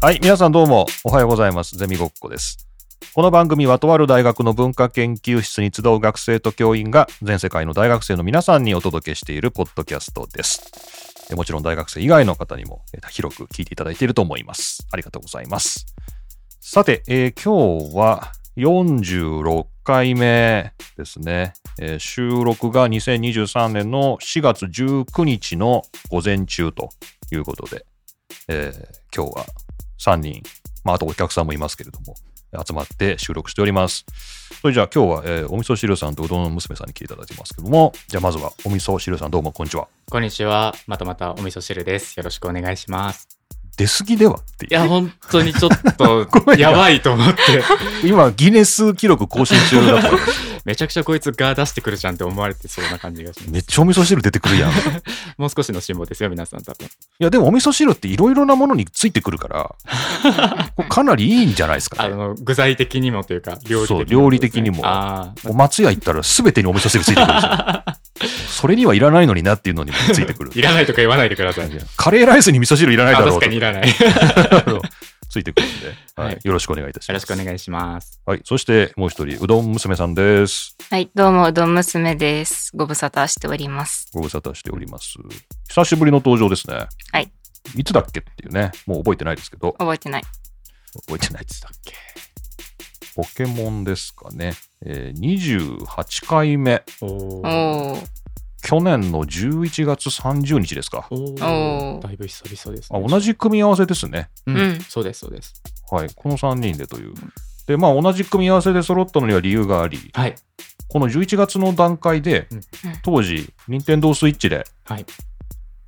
はい、皆さんどうもおはようございます。ゼミごっこです。この番組はとある大学の文化研究室に集う学生と教員が全世界の大学生の皆さんにお届けしているポッドキャストです。えもちろん大学生以外の方にもえ広く聞いていただいていると思います。ありがとうございます。さて、えー今日は46回目ですね、えー収録が2023年の4月19日の午前中ということで、えー今日は3人、まあ、あとお客さんもいますけれども、集まって収録しております。それじゃあ今日は、えーお味噌汁さんとうどんの娘さんに来ていただいてますけども、じゃあまずはお味噌汁さんどうもこんにちは。こんにちは。またまたお味噌汁です。よろしくお願いします。出過ぎではっていういや、本当にちょっ とごめんなやばいと思 って、今ギネス記録更新中だっためちゃくちゃこいつが出してくるじゃんって思われてそうな感じがしまめっちゃお味噌汁出て くるやん。いす。もう少しの辛抱ですよ、皆さん多分。やでもお味噌汁っていろいろなものについてくるから、これかなりいいんじゃないですかあね。の、具材的にもというか、料理的にも、そう料理的にもあーもう松屋行ったら全てにお味噌汁ついてくるん ですよ。それにはいらないのになっていうのにもついてくる。いらないとか言わないでください。カレーライスに味噌汁いらないあだろ確うかとにいらない。よついてくるんで、ははいい、よろしくお願いいたします。ろしくお願いします。はい、そしてもう一人、うどん娘さんです。はい、どうも、うどん娘です。ご無沙汰しております。ご無沙汰しております。久しぶりの登場ですね。はい。いつだっけっていうね、もう覚えてないですけど、覚えてない。覚えてないですだっけ。ポケモンですかね。えー、28回目。おおーー 去年の11月30日ですか。おおーだいぶ久々です、あね。同じ組み合わせですね。うん、うんそうです、そうです。はい。この3人でという。で、まあ同じ組み合わせで揃ったのには理由があり、はい。この11月の段階でうん、当時、任天堂スイッチではい。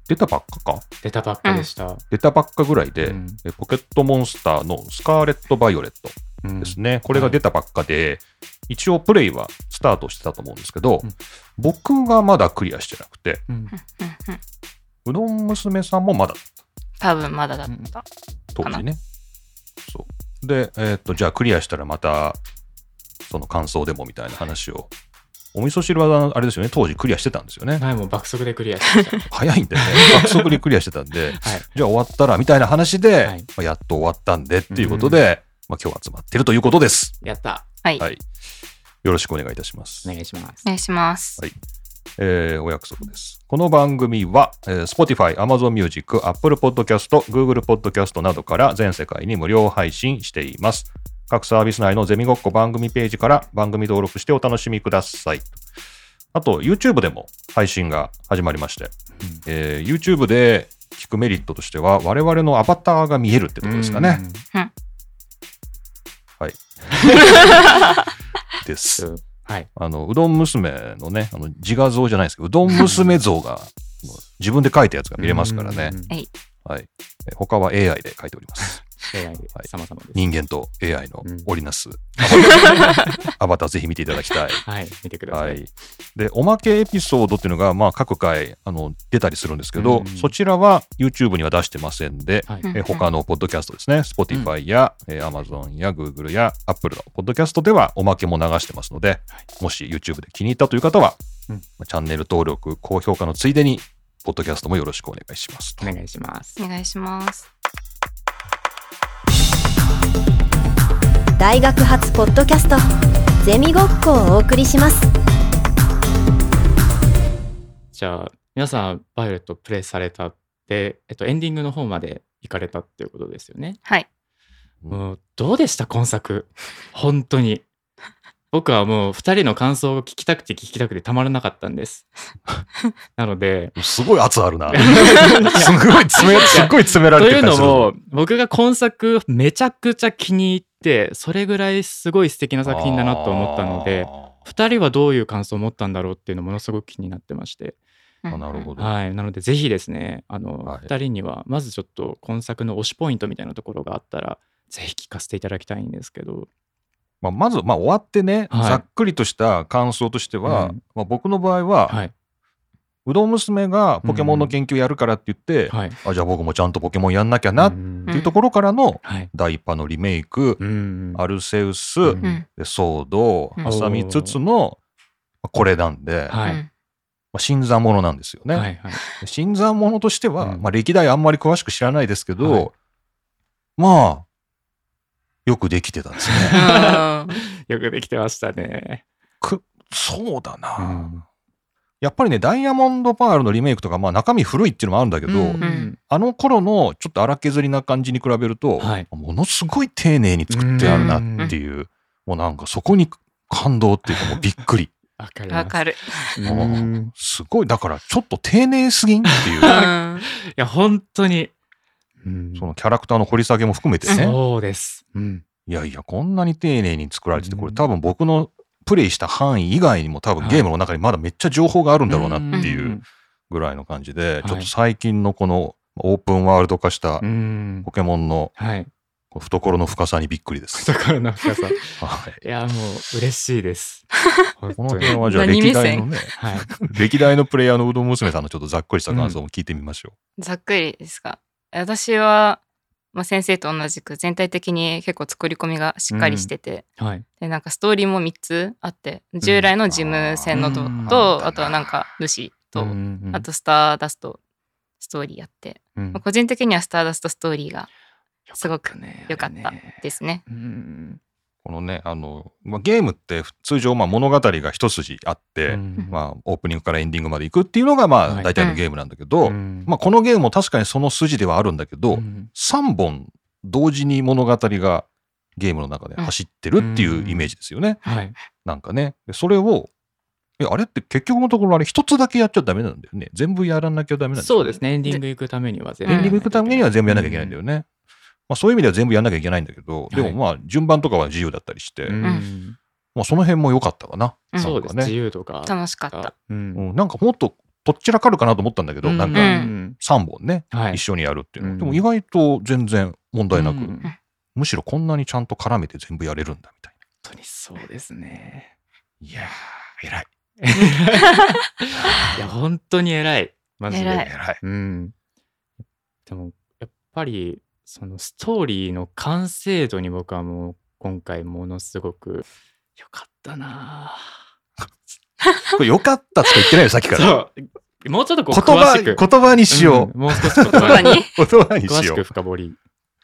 出たばっかか出たばっかでした。出たばっかぐらいで、うんえポケットモンスターのスカーレット・バイオレットうんですね、これが出たばっかで、一応プレイはスタートしてたと思うんですけど、うん僕がまだクリアしてなくて、うんうんうんうどん娘さんもまだ多分まだだった。当時ね。そうで、えーっと、じゃあクリアしたらまた、その感想でもみたいな話を。お味噌汁はあれですよね、当時クリアしてたんですよね。前も爆速でクリアしま した。早いんでね、爆速にクリアしてたん で、はい。じゃあ終わったらみたいな話で、はいまあやっと終わったんでっていうことで、まあ今日集まってるということです。やった。はい、はい。よろしくお願いいたします。お願いしますお。願いします。はいえーお約束です。この番組は、えー Spotify、Amazon Music、Apple Podcast、Google Podcast などから全世界に無料配信しています。各サービス内のゼミごっこ番組ページから番組登録してお楽しみください。あと、YouTube でも配信が始まりまして、えー YouTube で聞くメリットとしては、我々のアバターが見えるってとこですかね。でうす。ん。うんはい。あの、うどん娘のね、あの自画像じゃないですけど、うどん娘像 が、あの自分で描いたやつが見れますからねうん。。はい。え他は AI で書いております。 AI ではい様々です。人間と AI の織りな すアバター、ぜひ見ていただきたい。はい、見てくださ。はいい。で、おまけエピソードっていうのが、まあ、各回、あの、出たりするんですけど、うんそちらは YouTube には出してませんで、はい。うんえ他のポッドキャストですね、Spotify や、えー Amazon や Google や Apple のポッドキャストではおまけも流してますので、はいもし YouTube で気に入ったという方は、うんまあチャンネル登録、高評価のついでに、ポッドキャストもよろしくお願いしますとお。願いします。お願いします。大学発ポッドキャストゼミごっこをお送りしますじゃあ、皆さん、バイオレットプレイされたって、えっと、エンディングの方まで行かれたっていうことですよね。はい。うんもう、どうでした今作。本当に。僕はもう、二人の感想を聞きたくて聞きたくてたまらなかったん です。なので、すごい圧ある な。いやすごい詰め、すごい詰められとているう感じのするも、僕が今作めちゃくちゃ気に入って、それぐらいすごい素敵な作品だなと思ったので、2人はどういう感想を持ったんだろうっていうのものすごく気になってまして、うんあなるほど。はい、なのでぜひですねあの、はい2人にはまずちょっと今作の推しポイントみたいなところがあったらぜひ聞かせていただきたいんですけど、まあ、まず、まあ、終わってね、はいざっくりとした感想としては、うんまあ、僕の場合は、はいうどん娘がポケモンの研究やるからって言って、はい、あじゃあ僕もちゃんとポケモンやんなきゃなっうんていうところからの、はいダイパのリメイク、うんアルセウス、うんうん。でソード、うんハサミつつの、まあこれなんで、まはいうんあ、新参者なんですよね。はいはい新参者としては、うんまあ、歴代あんまり詳しく知らないですけど、はいまあ、よくできてたんです ね。うんよくできてましたね。くそうだな、うんやっぱりね、ダイヤモンドパールのリメイクとか、まあ中身古いっていうのもあるんだけど、うんあの頃のちょっと荒削りな感じに比べると、はいものすごい丁寧に作ってあるなっていう、もうなんかそこに感動っていうかもうびっくり。わかりわます。かる。うんすごい、だからちょっと丁寧すぎんっていうう、 んいや、本当に。うんそのキャラクターの掘り下げも含めてね、そうです。うんいやいや、こんなに丁寧に作られてて、こうれん多分僕のプレイした範囲以外にも多分ゲームの中にまだめっちゃ情報があるんだろうなっていう。ぐらいの感じで、いちょっと最近のこのオープンワールド化したうんうんポケモンのはい。こう懐の深さにびっくりです。懐の 深さ。いはいや、もう嬉し いです。本こ当のに辺はじゃあ何歴目代の線ね、はい。歴代のプレイヤーのうどん娘さんのちょっとざっくりした感想も聞いてみましょざっくりですか。私は、まあ、先生と同じく全体的に結構作り込みがしっかりしてて、はい。でなんかストーリーも3つあって従来の事務戦のと,、うんとあーあとはなんかルシーと、ああ、とスターダストストーリーやって、うんまあ個人的にはスターダストストーリーがすごくよ良かったですね。うんう。このね、あの、まあ、ゲームって通常まあ物語が一筋あって、うんまあ、オープニングからエンディングまで行くっていうのがまはあい大体のゲームなんだけど、うんまあ、このゲームも確かにその筋ではあるんだけど、うん3本同時に物語がゲームの中で走ってるっていうイメージですよね。はい。なんかね。でそれを、え、あれって結局のところあれ一つだけやっちゃダメなんだよね。全部やらなきゃダメなんだよね。そうですね。エンディング行くためには全部エンディング行くためには全部やらなきゃいけないんだよね。まあ、そういう意味では全部やらなきゃいけないんだけど、でもはいまあ順番とかは自由だったりして、うんうんまあ、その辺も良かったかな。うんそうですなね。んか自由度が。楽しかった。うんうんなんかもっととっちらかるかなと思ったんだけど、なんうかん3本ね、はい一緒にやるっていうの、うんでも意外と全然問題なく、うん本むしろこんなにちゃんと絡めて全部やれるんだみたい当にそうですね。な。いやー、偉い。いや、本当に偉い。マジ偉でい。偉い。うん。でも、やっぱり、そのストーリーの完成度に僕はもう、今回ものすごく良かったなこれ良かったとか言ってないよ、さっきかぁら。そう。もうちょっとこ言う、詳葉、しく。言葉にしようんもう少し言言葉葉に。にう。言葉に詳ししよくう。深掘り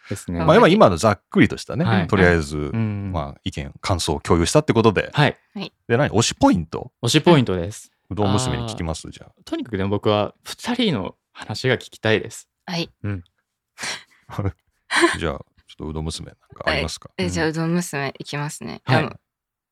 ですね。まあ、今今のざっくりとしたね、はいとりあえず、うんまあ、意見、感想を共有したってことで、はい。で、何推しポイント推しポイントです。うどん娘に聞きますじゃとにかくでも僕は2人の話が聞きたいです。 はい、 あ。じゃあ、ちょっとうどん娘なんかありますか、えじゃあううどん娘いきますね、はいあの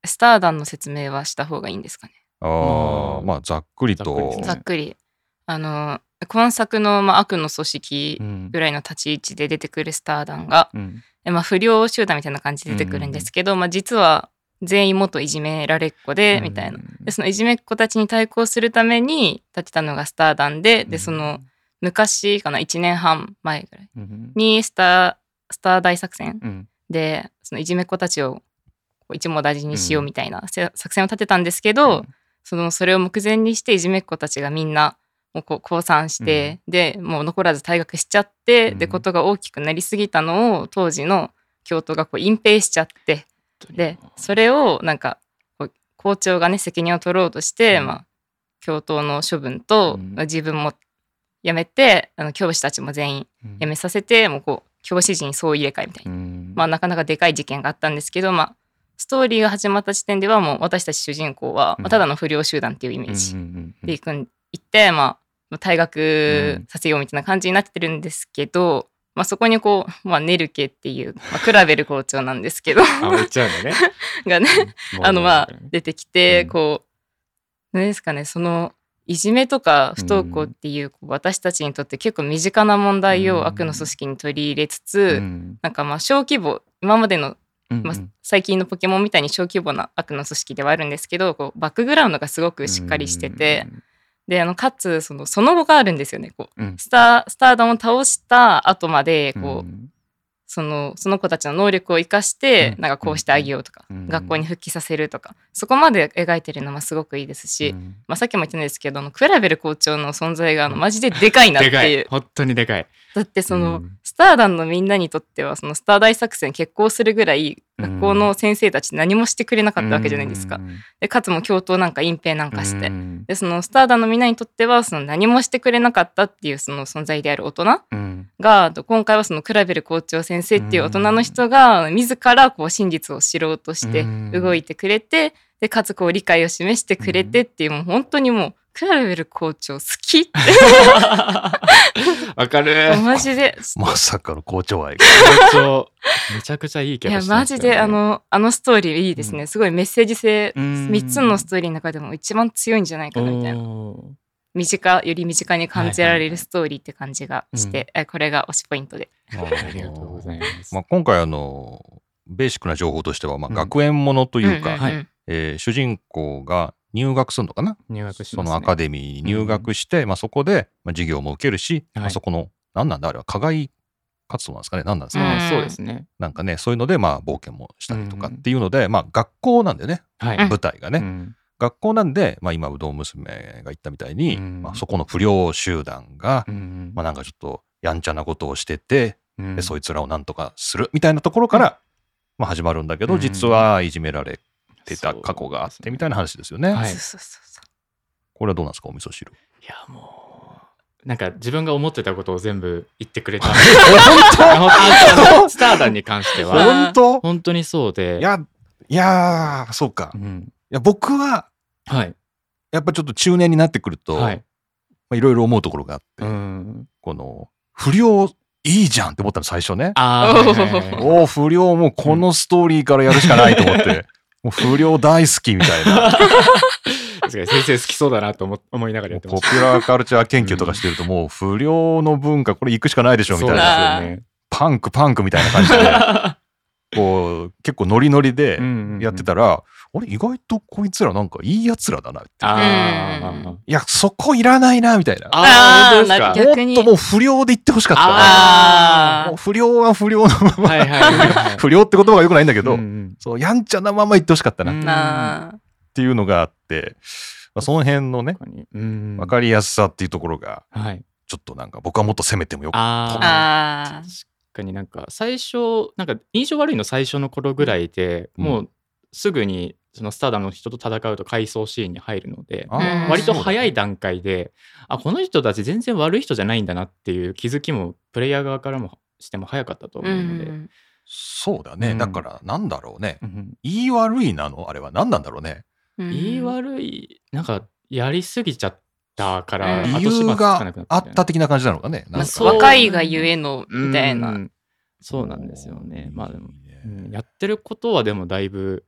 スターダンの説明はした方がいいんですかねああ、うんまあ、ざっくりざっくりとで。すねざっくりあの今作の、まあ、悪の組織んぐらいの立ち位置で出てくるスターダンが、うんでまあ、不良集団みたいな感じで出てくるんですけど、まあ、実は全員元いじめられっ子で、みたいなでそのいじめっ子たちに対抗するために立てたのがスターダンででその、昔かな1年半前ぐらいうんにスタースター大作戦うんでそのいじめっ子たちをこう一網打尽にしようみたいなせ作戦を立てたんですけど、そのそれを目前にしていじめっ子たちがみんなもうこう降参して、でもう残らず退学しちゃって、でうんことが大きくなりすぎたのを当時の教頭がこう隠蔽しちゃってでそれをなんかこう校長がね責任を取ろうとして、うんまあ、教頭の処分と、うんまあ自分も辞めてあの教師たちも全員辞めさせて、もうこう教師陣総入れ替えみたいな。まあ、なかなかでかい事件があったんですけど、まあ、ストーリーが始まった時点ではもう私たち主人公はうんまあただの不良集団っていうイメージででいくん行って、まあ、退学させようみたいな感じになってるんですけど、まあ、そこにこう、まあ、ネルケっていう、まあ、クラベル校長なんですけ どあ置いちゃうのね。がねうんあのまあ出てきてうんこう何ですかねそのいじめとか不登校っていうこう私たちにとって結構身近な問題うんを悪の組織に取り入れうつつ、んなんかまあ小規模今までのうんまあ、最近のポケモンみたいに小規模な悪の組織ではあるんですけどこうバックグラウンドがすごくしっかりしてて、であのかつそのその後があるんですよねこううんスタースターダムを倒した後までうんこう、そのその子たちの能力を生かして、うんなんかこうしてあげようとか、うん学校に復帰させるとかそこまで描いてるのはすごくいいですし、うんまあ、さっきも言ったんですけどあのクラベル校長の存在があのマジででかいなっ てでかいうい。本当にでかい。だってその、うんスター団のみんなにとってはそのスター大作戦決行するぐらい学校の先生たちって何もしてくれなかったわけじゃないですか。でかつも教頭なんか隠蔽なんかして。うんでそのスターダのみんなにとってはその何もしてくれなかったっていうその存在である大人うんが今回はそのクラベル校長先生っていう大人の人が自らこう真実を知ろうとしてうん動いてくれてでかつこう理解を示してくれてっていうもう本当にもうクラベル校長好きって わかる マジ でまさかの校長愛が。校長めちゃくちゃいいキいャラやしてまマすよジねであのあのストーリーいいですねすごいメッセージ性うん3つのストーリーの中でも一番強いんじゃないかなみたいなお身近より身近に感じらはいれはいるストーリーって感じがしてえこれが推しポイントでーありがとうございます、まあ、今回あのベーシックな情報としては、まあ、うん学園ものというか、んんんえー主人公が入学するのかな、入学しそます、ね、のアカデミーに入学して、まあ、そこで、まあ、授業も受けるし、はいまあ、そこの何なんだあれは課外活動なんですかね何なんですか、まあうんそうですねなんかねそういうので、まあ、冒険もしたりとかうっんていうので、まあ、学校なんでねはい、うん舞台がね、うん学校なんで、まあ、今うどん娘が言ったみたいに、うんまあ、そこの不良集団が、うんまあ、なんかちょっとやんちゃなことをしててうんでそいつらをなんとかするみたいなところから、まあ、始まるんだけど、うん実はいじめられてたそう過去があってみたいな話ですよね。はいそうそうそうそうこれはどうなんですかお味噌汁。いやもうなんか自分が思ってたことを全部言ってくれた本本当にあのスターダンに関して当は本当本当にそうでい、やいやーそうか。ういん、や僕ははいやっぱちょっと中年になってくると、はいい、まあ、いろいろ思うところがあって、うん、この不良いいじゃんって思ったの最初ね。あおーーはいはいはい おお不良もうこのストーリーからやるしかないと思 って。もう不良大好きみたいな。確かに先生好きそうだなと思思いながらやってまポしピュラーカルチャー研究とかしてるともう不良の文化これ行くしかないでしょた。みたいうそな。なんですよねパンクパンクみたいな感じ でこう結構ノリノリでうんうんうんやってたら、あれ意外とこいつらなんかいいやつらだなってあうんーいやそこいらないなみたいなあー、あー本当ですかなるもっ逆にともう不良で言ってほしかったあもう不良は不良のまま、はいはいはい。不良って言葉がよくないんだけど、うんうんそうやんちゃなまま言ってほしかったなっなあていうのがあって、まあ、その辺のね確かにうん分かりやすさっていうところがはい。ちょっとなんか僕はもっと攻めてもよかっああ。あ確かになんか最初、なんか印象悪いの最初の頃ぐらいで、うんもうすぐにそのスターダムの人と戦うと回想シーンに入るので、た、うん割と早いだ段階で、あ、この人たち全然悪い人じゃないんだなっていう気づきもプレイヤー側からもしても早かったとー思うので。うんそうだね、うんだからなんだろうねうん言い悪いなのあれは何なんだろうねうん言い悪い、なんかやりすぎちゃったから、うん理後始末つ由かながくなったあみったいたな的な感じなのかね。なんまあかそう若いがゆえのみたいな、うんそうなんですよね。まあでも、うんやってることはでもだいぶ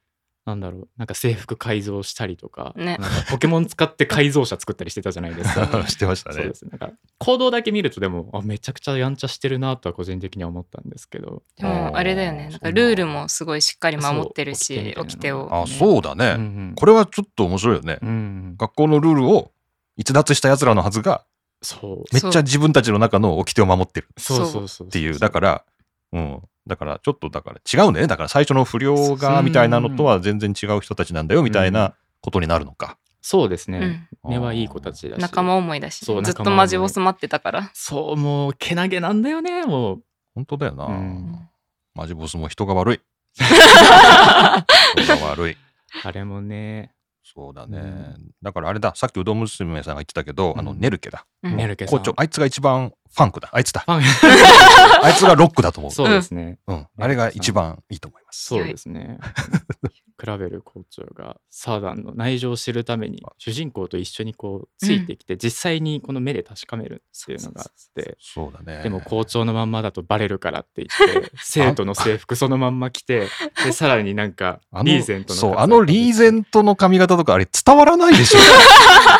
なんだろうなんか制服改造したりとか,、なねんかポケモン使って改造車作ったりしてたじゃないです か。してましたそうねで。すなんか行動だけ見るとでもあめちゃくちゃやんちゃしてるなとは個人的には思ったんですけどでもあれだよねなんかルールもすごいしっかり守ってるそう掟しみたいなの起きてをあ、そうだうんうね。んこれはちょっと面白いよねう。ん学校のルールを逸脱した奴らのはずが、そうめっちゃ自分たちの中の掟を守ってるそうそうそうっていう。だから、うん。だから、ちょっとだから違うね。だから最初の不良がみたいなのとは全然違う人たちなんだよみたいなことになるのか。そうですうね、ん根はいい子たちだし仲間思いだしそうずっ仲と間思いマジボス待ってたからそうもうけなげなんだよねもう本当だよな。うんマジボスも人が 悪い。人が悪い。あれもねそうだうね。だからあれだ、さっきうどん娘さんが言ってたけど、あの、うんネルケだ。うんネルケさん校長、あいつが一番ファンクだ。あいつだ。ファンあいつがロックだと思う。 そうですね、う。ん。あれが一番いいと思います。そうです ね。クラベル校長がサーダンの内情を知るために主人公と一緒にこうついてきて、実際にこの目で確かめるっていうのがあってそうだね。でも校長のまんまだとバレるからっ て言って生徒の制服そのまんま着てでさらになんかあの、リーゼントのそう、あのリーゼントの髪型とかあれ伝わらないでしょ。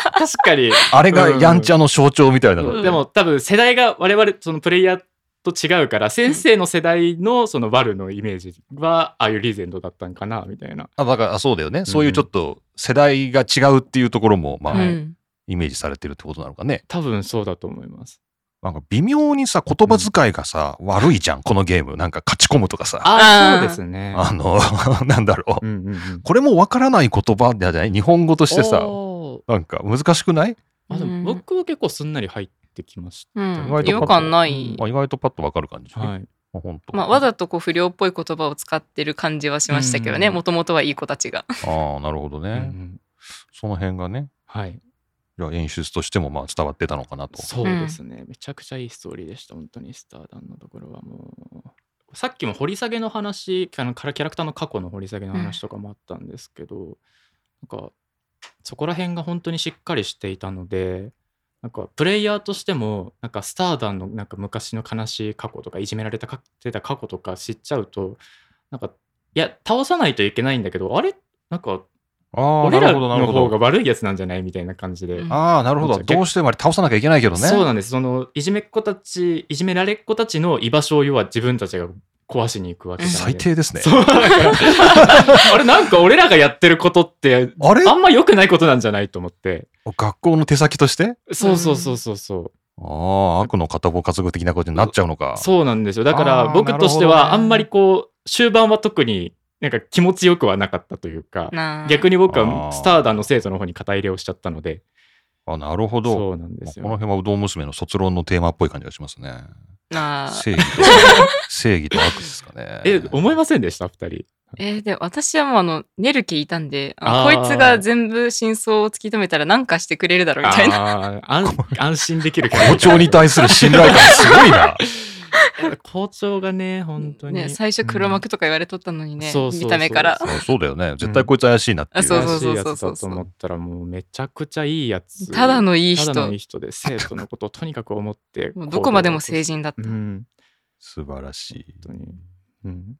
確かにあれがやんちゃの象徴みたいなの。でも多分世代が我々そのプレイヤーと違うから先生の世代のそのバルのイメージはああいうリーゼントだったんかなみたいな。あだから、あそうだよね。そういうちょっと世代が違うっていうところも、まあ、うんイメージされてるってことなのかね。多分そうだと思います。なんか微妙にさ、言葉遣いがさ、悪いじゃん、このゲーム。なんか勝ち込むとかさ。ああーそうですね。あの、 なんだろう。うんうんうん、これもわからない言葉じゃない日本語としてさ、おーなんか難しくないあでうもん僕は結構すんなり入ってきましうん意外と違和感ないあ意外とパッとわかる感じ。た。はい。あ本当まあ、わざとこう不良っぽい言葉を使ってる感じはしましたけどねうんもともとはいい子たちが。ああなるほどね、うんその辺がねはいいや演出としてもまあ伝わってたのかなとそうですね、めちゃくちゃいいストーリーでした本当にスターダンのところはもうさっきも掘り下げの話あのからキャラクターの過去の掘り下げの話とかもあったんですけど、なんかそこら辺が本当にしっかりしていたのでなんかプレイヤーとしてもなんかスターダンのなんか昔の悲しい過去とかいじめられたかってた過去とか知っちゃうとなんかいや倒さないといけないんだけどあれなんかああ俺ならるほどなるのほ方がど悪いやつなんじゃないみたいな感じでうんああなるほどどうしてもあれ倒さなきゃいけないけどねそうなんですそのいじめっ子たちいじめられっ子たちの居場所を要は自分たちが壊しに行くわけじゃない最低ですねそうなんかあれなんか俺らがやってることってあれあんま良くないことなんじゃないと思って学校の手先としてそうそうそうそうそうああ悪の片棒担ぐ的なことになっちゃうのかそうなんですよだかあらー僕としなてるほどねはあんまりこう終盤は特になんか気持ちよくはなかったというかなあ逆に僕あーはスターダンの生徒の方に肩入れをしちゃったのであなるほどそうなんですまあこのよ辺はうどん娘の卒論のテーマっぽい感じがしますねなあ正義 と正義と悪ですかねえ思いませんでした二人えーで私はもうあのネルケいたんでああーこいつが全部真相を突き止めたらなんかしてくれるだろうみたいなあー安安心できる 校長に対する信頼感すごいな校長がね 本当に、ね、最初黒幕とか言われとったのにね、そうそうそう見た目から そうそうだよね絶対こいつ怪しいなっていうあそうそう怪しいやつそうだとそう思ったらもうめちゃくちゃいいやつ ただのいい人ただのいい人で生徒のことをとにかく思ってもうどこまでも成政治人だった、うん素晴らしい本当に、うん、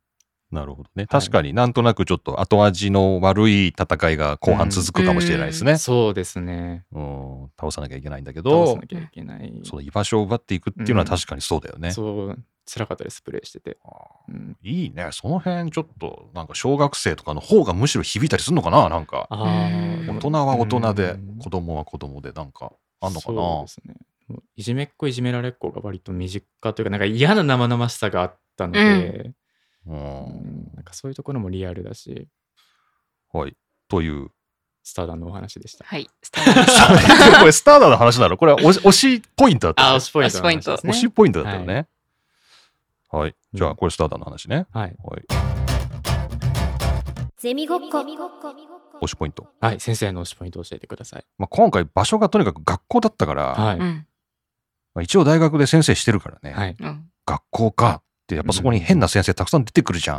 なるほどね確かになんとなくちょっと後味の悪い戦いが後半続くかもしれないですね、そうですねうん倒さなきゃいけないんだけ倒どさなきゃいけないその居場所を奪っていくっていうのは確かにそうだよね、そう辛かったですプレイしてて、あーうん、いいねその辺ちょっとなんか小学生とかの方がむしろ響いたりするのかななんかあうんー大人は大人でうん子供は子供でなんかあんのかなそうですねもういじめっ子いじめられっ子が割と身近というかなんか嫌な生々しさがあったので、ううんんなんかそういうところもリアルだしはいという スターダンのお話でした。はいスターダンこれスターダーの話なのこれ は推し推しポイントだったあよー、ね推しポイントの話推でしすポイン推しポイントね。トだったよねはい、じゃあこれスターダーの話ねはい。はいゼミごっこ推しポイント、はい、先生の推しポイントを教えてください。まあ、今回場所がとにかく学校だったから、はい。うんまあ一応大学で先生してるからね、はい。うん学校かってやっぱそこに変な先生たくさん出てくる じゃん、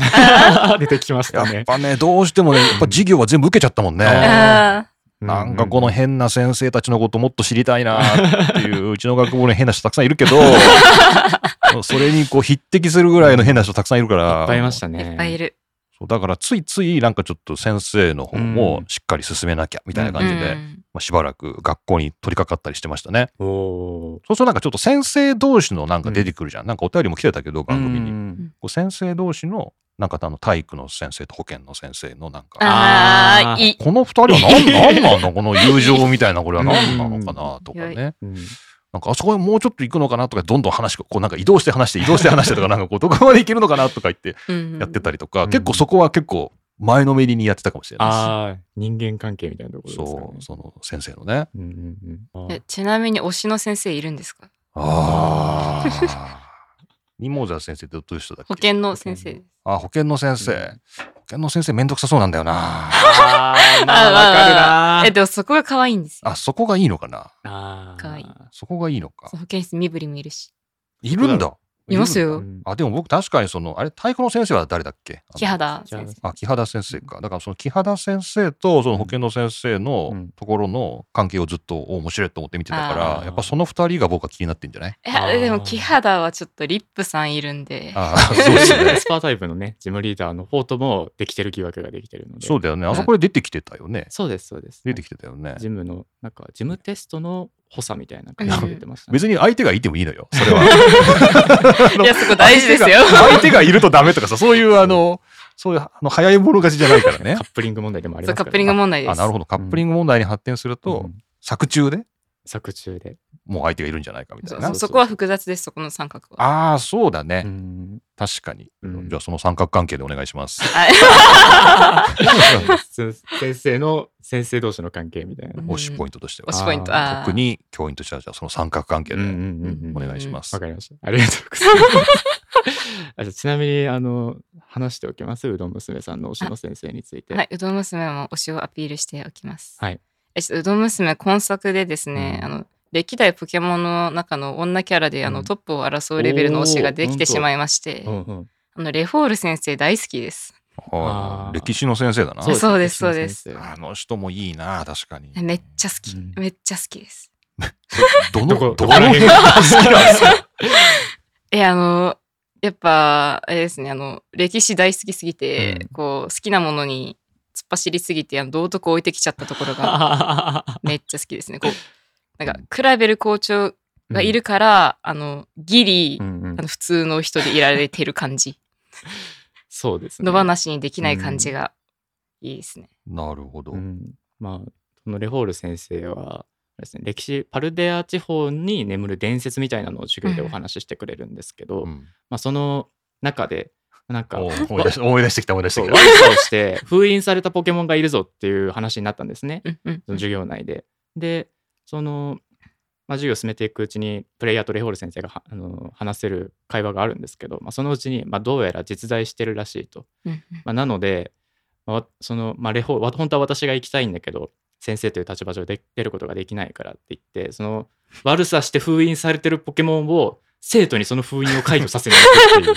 出てきましやたっね。ぱねどうしてもねやっぱ授業は全部受けちゃったもんね、あーなあんかこの変な先生たちのこともっと知りたいなっていう、うちの学部に変な人たくさんいるけど、それにこう匹敵するぐらいの変な人たくさんいるから、いっぱいいましたーね。いっぱいいる。る、そうだからついついなんかちょっと先生の方もしっかり進めなきゃみたいなう感じで、ん、まあ、しばらく学校に取り掛かったりしてましたね。おお。そうするとなんかちょっと先生同士のなんか出てくるじゃん。なんかお便りも来てたけど、番組に。に。こう先生同士のなんかあの体育の先生と保健の先生のなんか、あああーいいこの二人は何なんなのこの友情みたいなこれは何なのかなとかうんね。うんなんかあそこへもうちょっと行くのかなとかどんどん話がこうなんか移動して話して移動して話してとかなんかこう どこまで行けるのかなとか言ってやってたりとか、うん結構そこは結構前のめりにやってたかもしれなああ、人間関係みたいなとこいろし、ですかね。そうその先生のねうんうんうん。えちなみに推しの先生いるんですかあ あミモザ先生ってどういう人だっけ保健の先生あ保健の先生、うん保健の先生めんどくさそうなんだよなああ、まあわかるな えでもそこが可愛いんですよあそこがいいのかなあーかわいいそこがいいのかそう保健室身振りもいるしいるんだいますようんあでも僕確かにそのあれ体育の先生は誰だっけあの木肌先生あ木肌先生かだからその木肌先生とその保健の先生うのんところの関係をずっとお面白いと思って見てたから、あーやっぱその二人が僕は気になってんじゃ ないいあやーでも木肌はちょっとリップさんいるんでああ そうですねスパータイプのね、ジムリーダーの方ともできてる疑惑ができてるので。そうだよねあそこで出てきてたよね、そうです、そうです。出てきてたよねジムの、なんか、ジムテストの補佐みたいな感じで出てましたね、別に相手がいてもいいのよそれは いやそこ大事ですよ相手が 相手がいるとダメとかさそういうあのそういうあの早い者勝ちじゃないからねカップリング問題でもありそまうすカから、ップリング問題ですあなるほどカップリング問題に発展すると、うん作中で作中で。もう相手がいるんじゃないかみたそいうなそうそこは複雑ですそこの三角はああそうだね、うん確かに、うんじゃあその三角関係でお願いしますはい先生の先生同士の関係みたいな。推しポイントとしては推しポイントああー特に教員としてはじゃあその三角関係うんうんでうんうんお願いしますわ。かりました。ありがとうございます。あじゃあちなみにあの話しておきますうどん娘さんの推しの先生について。はい、うどん娘も推しをアピールしておきます。はいえちょっとうどん娘、今作でですね、うんあの歴代ポケモンの中の女キャラであの、うんトップを争うレベルの推しができてしまいましてう、んうんあのレフォール先生大好きです。はあいー歴史の先生だな。そうですそうですそあの人もいいな、確かに。めっちゃ好き、うんめっちゃ好きです。どどの、こどどここらら辺辺がが好きなんですかえあのやっぱあれですねあの歴史大好きすぎて、うんこう好きなものに突っ走りすぎてあの道徳を置いてきちゃったとこ ろががめっちゃ好きですね。こうなんかクラベル校長が いるから、あのギリ、うんうんあの普通の人でいられてる感じそうですね。野放しにできない感じがいいですね。なるほどう。ん、まあそのレフォール先生はあれです、ね、歴史パルデア地方に眠る伝説みたいなのを授業でお話ししてくれるんですけど、うんまあ、その中でなんかお思い出し思い出してきた思い出して そうきワた。イプをして封印されたポケモンがいるぞっていう話になったんですねうんうんその授業内で。でその、まあ、授業を進めていくうちにプレイヤーとレフォール先生がはあの話せる会話があるんですけど、まあ、そのうちに、まあ、どうやら実在してるらしいと。うんまあ、なので、まあわそのまあ、レホわ本当は私が行きたいんだけど先生という立場上で出ることができないからって言ってその悪さして封印されてるポケモンを生徒にその封印を解除させるっていう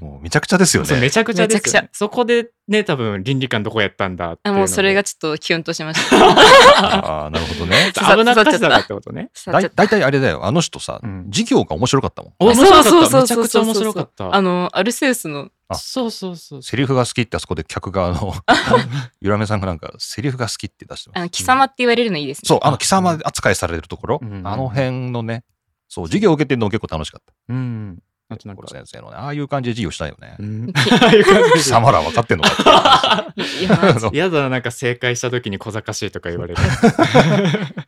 もうめちゃくちゃですよそうめね。ちゃくちゃですめちゃよ、くね、そこでね多分倫理観どこやったんだっていあうもうそれがちちょっとキュンとしました。ああ、なるほどね。ょっと危なかっただってことねさだあちいょっと大体あれだよ。あの人さうん、授業が面白かったもん。面白かったそうそうそうそうめちゃくちゃ面白かったあのアルセウスのあそうそうそうセリフが好きってあそこで客があ の、 ゆらめさんがなんか、セリフが好きって出してあまのす。貴様って言われるのいいですね。そう、あの、貴様扱いされてるところ、うんあの辺のね、そう、授業受けてるのも結構楽しかった。うんあとなんこかの先生のね、ああいう感じで授業したいよねう。ん貴 様ら分かってんのかっていういやまああの嫌だななんか正解した時に小賢しいとか言 われる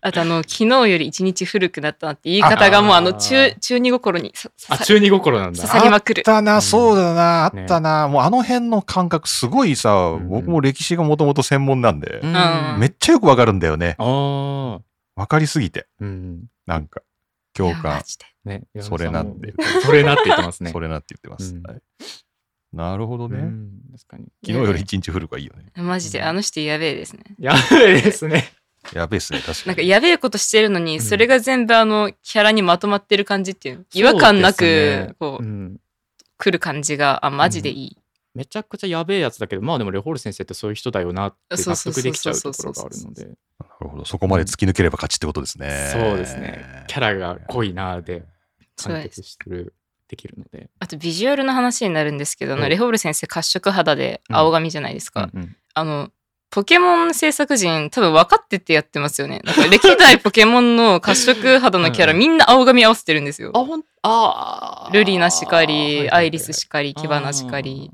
あとあの昨日より一日古くなったなって言い方がもうあの中中二心にささあ中二心なん刺ださりまくる。あったな、んそうだな、あねったな、もうあの辺の感覚すごいさ、ん僕も歴史がもともと専門なんで、んめっちゃよくわかるんだよね。ああ、わかりすぎて、うん。なんか、い共やマ感、ジでね、それなって岩村さんも。それなって言ってますね。それなって言ってます。うんはいなるほどうね。ん確かに。昨日より一日古くはいいよね。マジであの人やべえですね。やばいですね。やべえっすね、確かなんかに。やべえことしてるのに、うんそれが全部あのキャラにまとまってる感じっていう 違和感なそうですくねこう、うん来る感じがあマジでいい、めちゃくちゃやべえやつだけど、まあでもレホール先生ってそういう人だよなって納得できちゃうところがあるので、そうなるほど。そこまで突き抜ければ勝ちってことですね。ですね。キャラが濃いなーでそう完です結してる、できるので。あとビジュアルの話になるんですけど、あのうんレホール先生褐色肌で青髪じゃないですか、うんあのポケモン制作陣多分分かっててやってますよねなん か歴代ポケモンの褐色肌のキャラうんみんな青髪合わせてるんですよあ、ほん、あールリナしかはいはいはりいアイリスしかりキバナしかり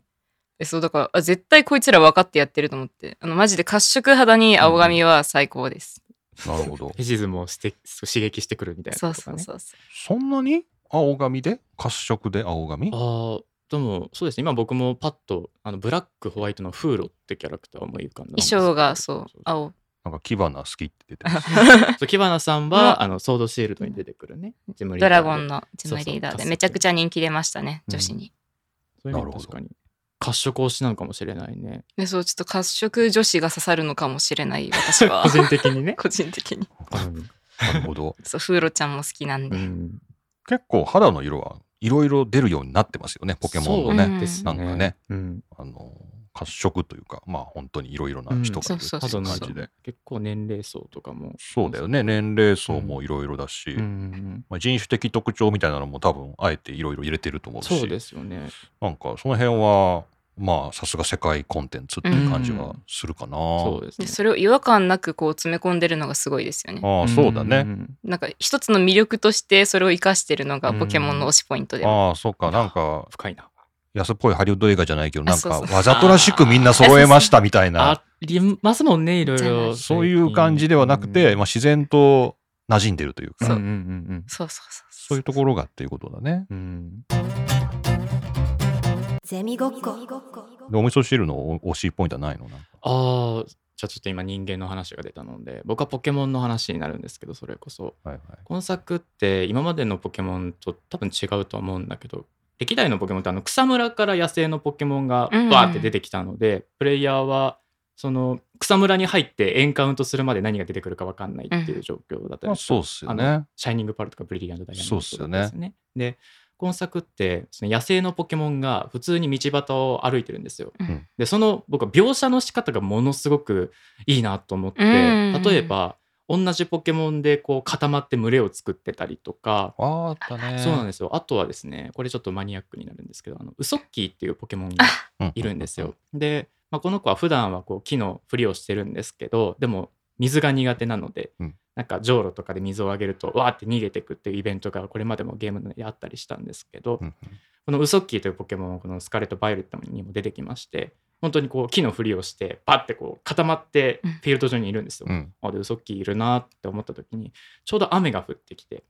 えそうだからあ絶対こいつら分かってやってると思ってあのマジで褐色肌に青髪は最高です、なるほどフ。ェシズムをして刺激してくるみたいなそこうとそかうね。そうそうそんなに青髪で褐色で青髪ああでもそうですね今僕もパッとあのブラックホワイトのフーロってキャラクターもいいかな衣装がそうあ青なんかキバナ好きって出てます。そうキバナさんは、あのソードシールドに出てくるねジムリードダーラでゴンのジムリーダーそうでそうめちゃくちゃ人気出ましたね女子に、そういう意味なるほど確かに褐色推しなのかもしれないねでそうちょっと褐色女子が刺さるのかもしれない私は個 人的にね個人的になるほど。そうフーロちゃんも好きなんうで、ん結構肌の色はいろいろ出るようになってますよね、ポケモンのそうね。ねですなんかねうんあの褐色というか、まあ本当にいろいろな人がいるってうんそういそうう感そうじで。結構年齢層とかもそうだよね、年齢層もいろいろだし、うんまあ、人種的特徴みたいなのも多分あえていろいろ入れてると思うし、そうですよねなんかその辺は、まあさすが世界コンテンツっていう感じはするかな。そうですでねそれを違和感なくこう詰め込んでるのがすごいですよねああ、そうだね。んなんか一つの魅力としてそれを生かしてるのがうんポケモンの推しポイントではああ、そうか、なんか深いな安っぽいハリウッド映画じゃないけど、なんかあそうそうわざとらしくみんな揃えましたみたいな。ありますもんねいろいじゃなろいそういう感じではなくて、うんまあ、自然と馴染んでるというか、そううんうんそうそうそうそういうところがっていうことだね。うんうんゼミごっこでお味噌汁のお推しポイントはないのなんかああじゃあちょっと今人間の話が出たので僕はポケモンの話になるんですけどそれこそはいはい今作って今までのポケモンと多分違うと思うんだけど歴代のポケモンってあの草むらから野生のポケモンがうんバーって出てきたので、プレイヤーはその草むらに入ってエンカウントするまで何が出てくるか分かんないっていう状況だったまりあ、してそうっすよあねの。シャイニングパールとかブリリアントダイヤモンドとかそうっすよねですね。で今作ってその野生のポケモンが普通に道端を歩いてるんですよ。うんでその僕は描写の仕方がものすごくいいなと思って、うん例えば同じポケモンでこう固まって群れを作ってたりとか、あああったね。そうなんでですよあとはですねこれちょっとマニアックになるんですけどあのウソッキーっていうポケモンがすいるんですよ。で、まあ、この子は普段はこう木のふりをしてるんですけどでも水が苦手なので、うんなんかじょうろとかで水をあげるとわーって逃げてくっていうイベントがこれまでもゲームであったりしたんですけど、うんこのウソッキーというポケモンはこのスカレット・バイオレットにも出てきまして本当にこう木のふりをしてパッてこう固まってうんフィールド上にいるんですよ。うん。あでウソッキーいるなって思った時にちょうど雨が降ってきて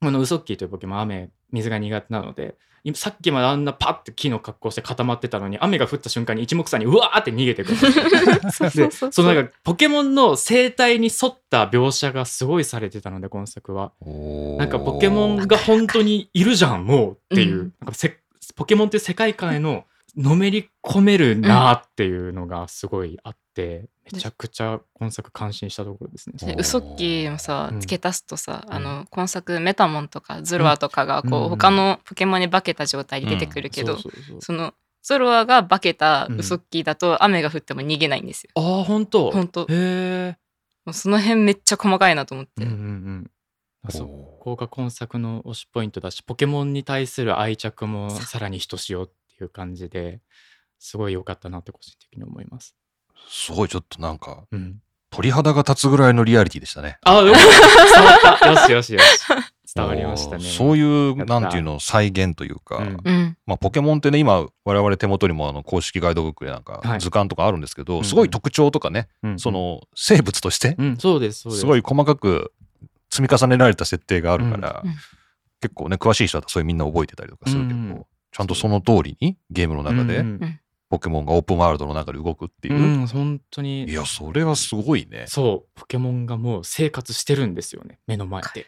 このウソッキーというポケモン雨水が苦手なので今さっきまであんなパッて木の格好して固まってたのに雨が降った瞬間に一目散にうわーって逃げてくる そうそでうそうそのなんかポケモンの生態に沿った描写がすごいされてたので今作はおーなんかポケモンが本当にいるじゃんもうっていう、うんなんかせポケモンっていう世界観へののめり込めるなっていうのがすごいあってめちゃくちゃ今作感心したところですね。おーウソッキーもさうん付け足すとさ、うんあの今作メタモンとかゾロアとかがこう、うん他のポケモンに化けた状態で出てくるけど、そうそうそうそのゾロアが化けたうんウソッキーだと雨が降っても逃げないんですよ。ああ本当ほんとへもうその辺めっちゃ細かいなと思っえて。うんうんうんあそおーこが今作の推しポイントだしポケモンに対する愛着もさらにひとしおっていう感じですごい良かったなって個人的に思います、すごいちょっとなんかうん、鳥肌が立つぐらいのリアリティでしたね。あよかった伝わったよ しよしよし伝わりましたねおーそういうやったなんていうの再現というか、うんうん、まあ、ポケモンってね今我々手元にもあの公式ガイドブックでなんはかい図鑑とかあるんですけど、うんすごい特徴とかね、うんその生物としてうんそうですそうですすごい細かく積み重ねられた設定があるから、うんうん結構ね詳しい人だとそれみんな覚えてたりとかするけど、うんうんちゃんとその通りにゲームの中うでんポケモンがオープンワールドの中で動くっていうう、んうん本当にいやそれはすごいねそうポケモンがもう生活してるんですよね目の前で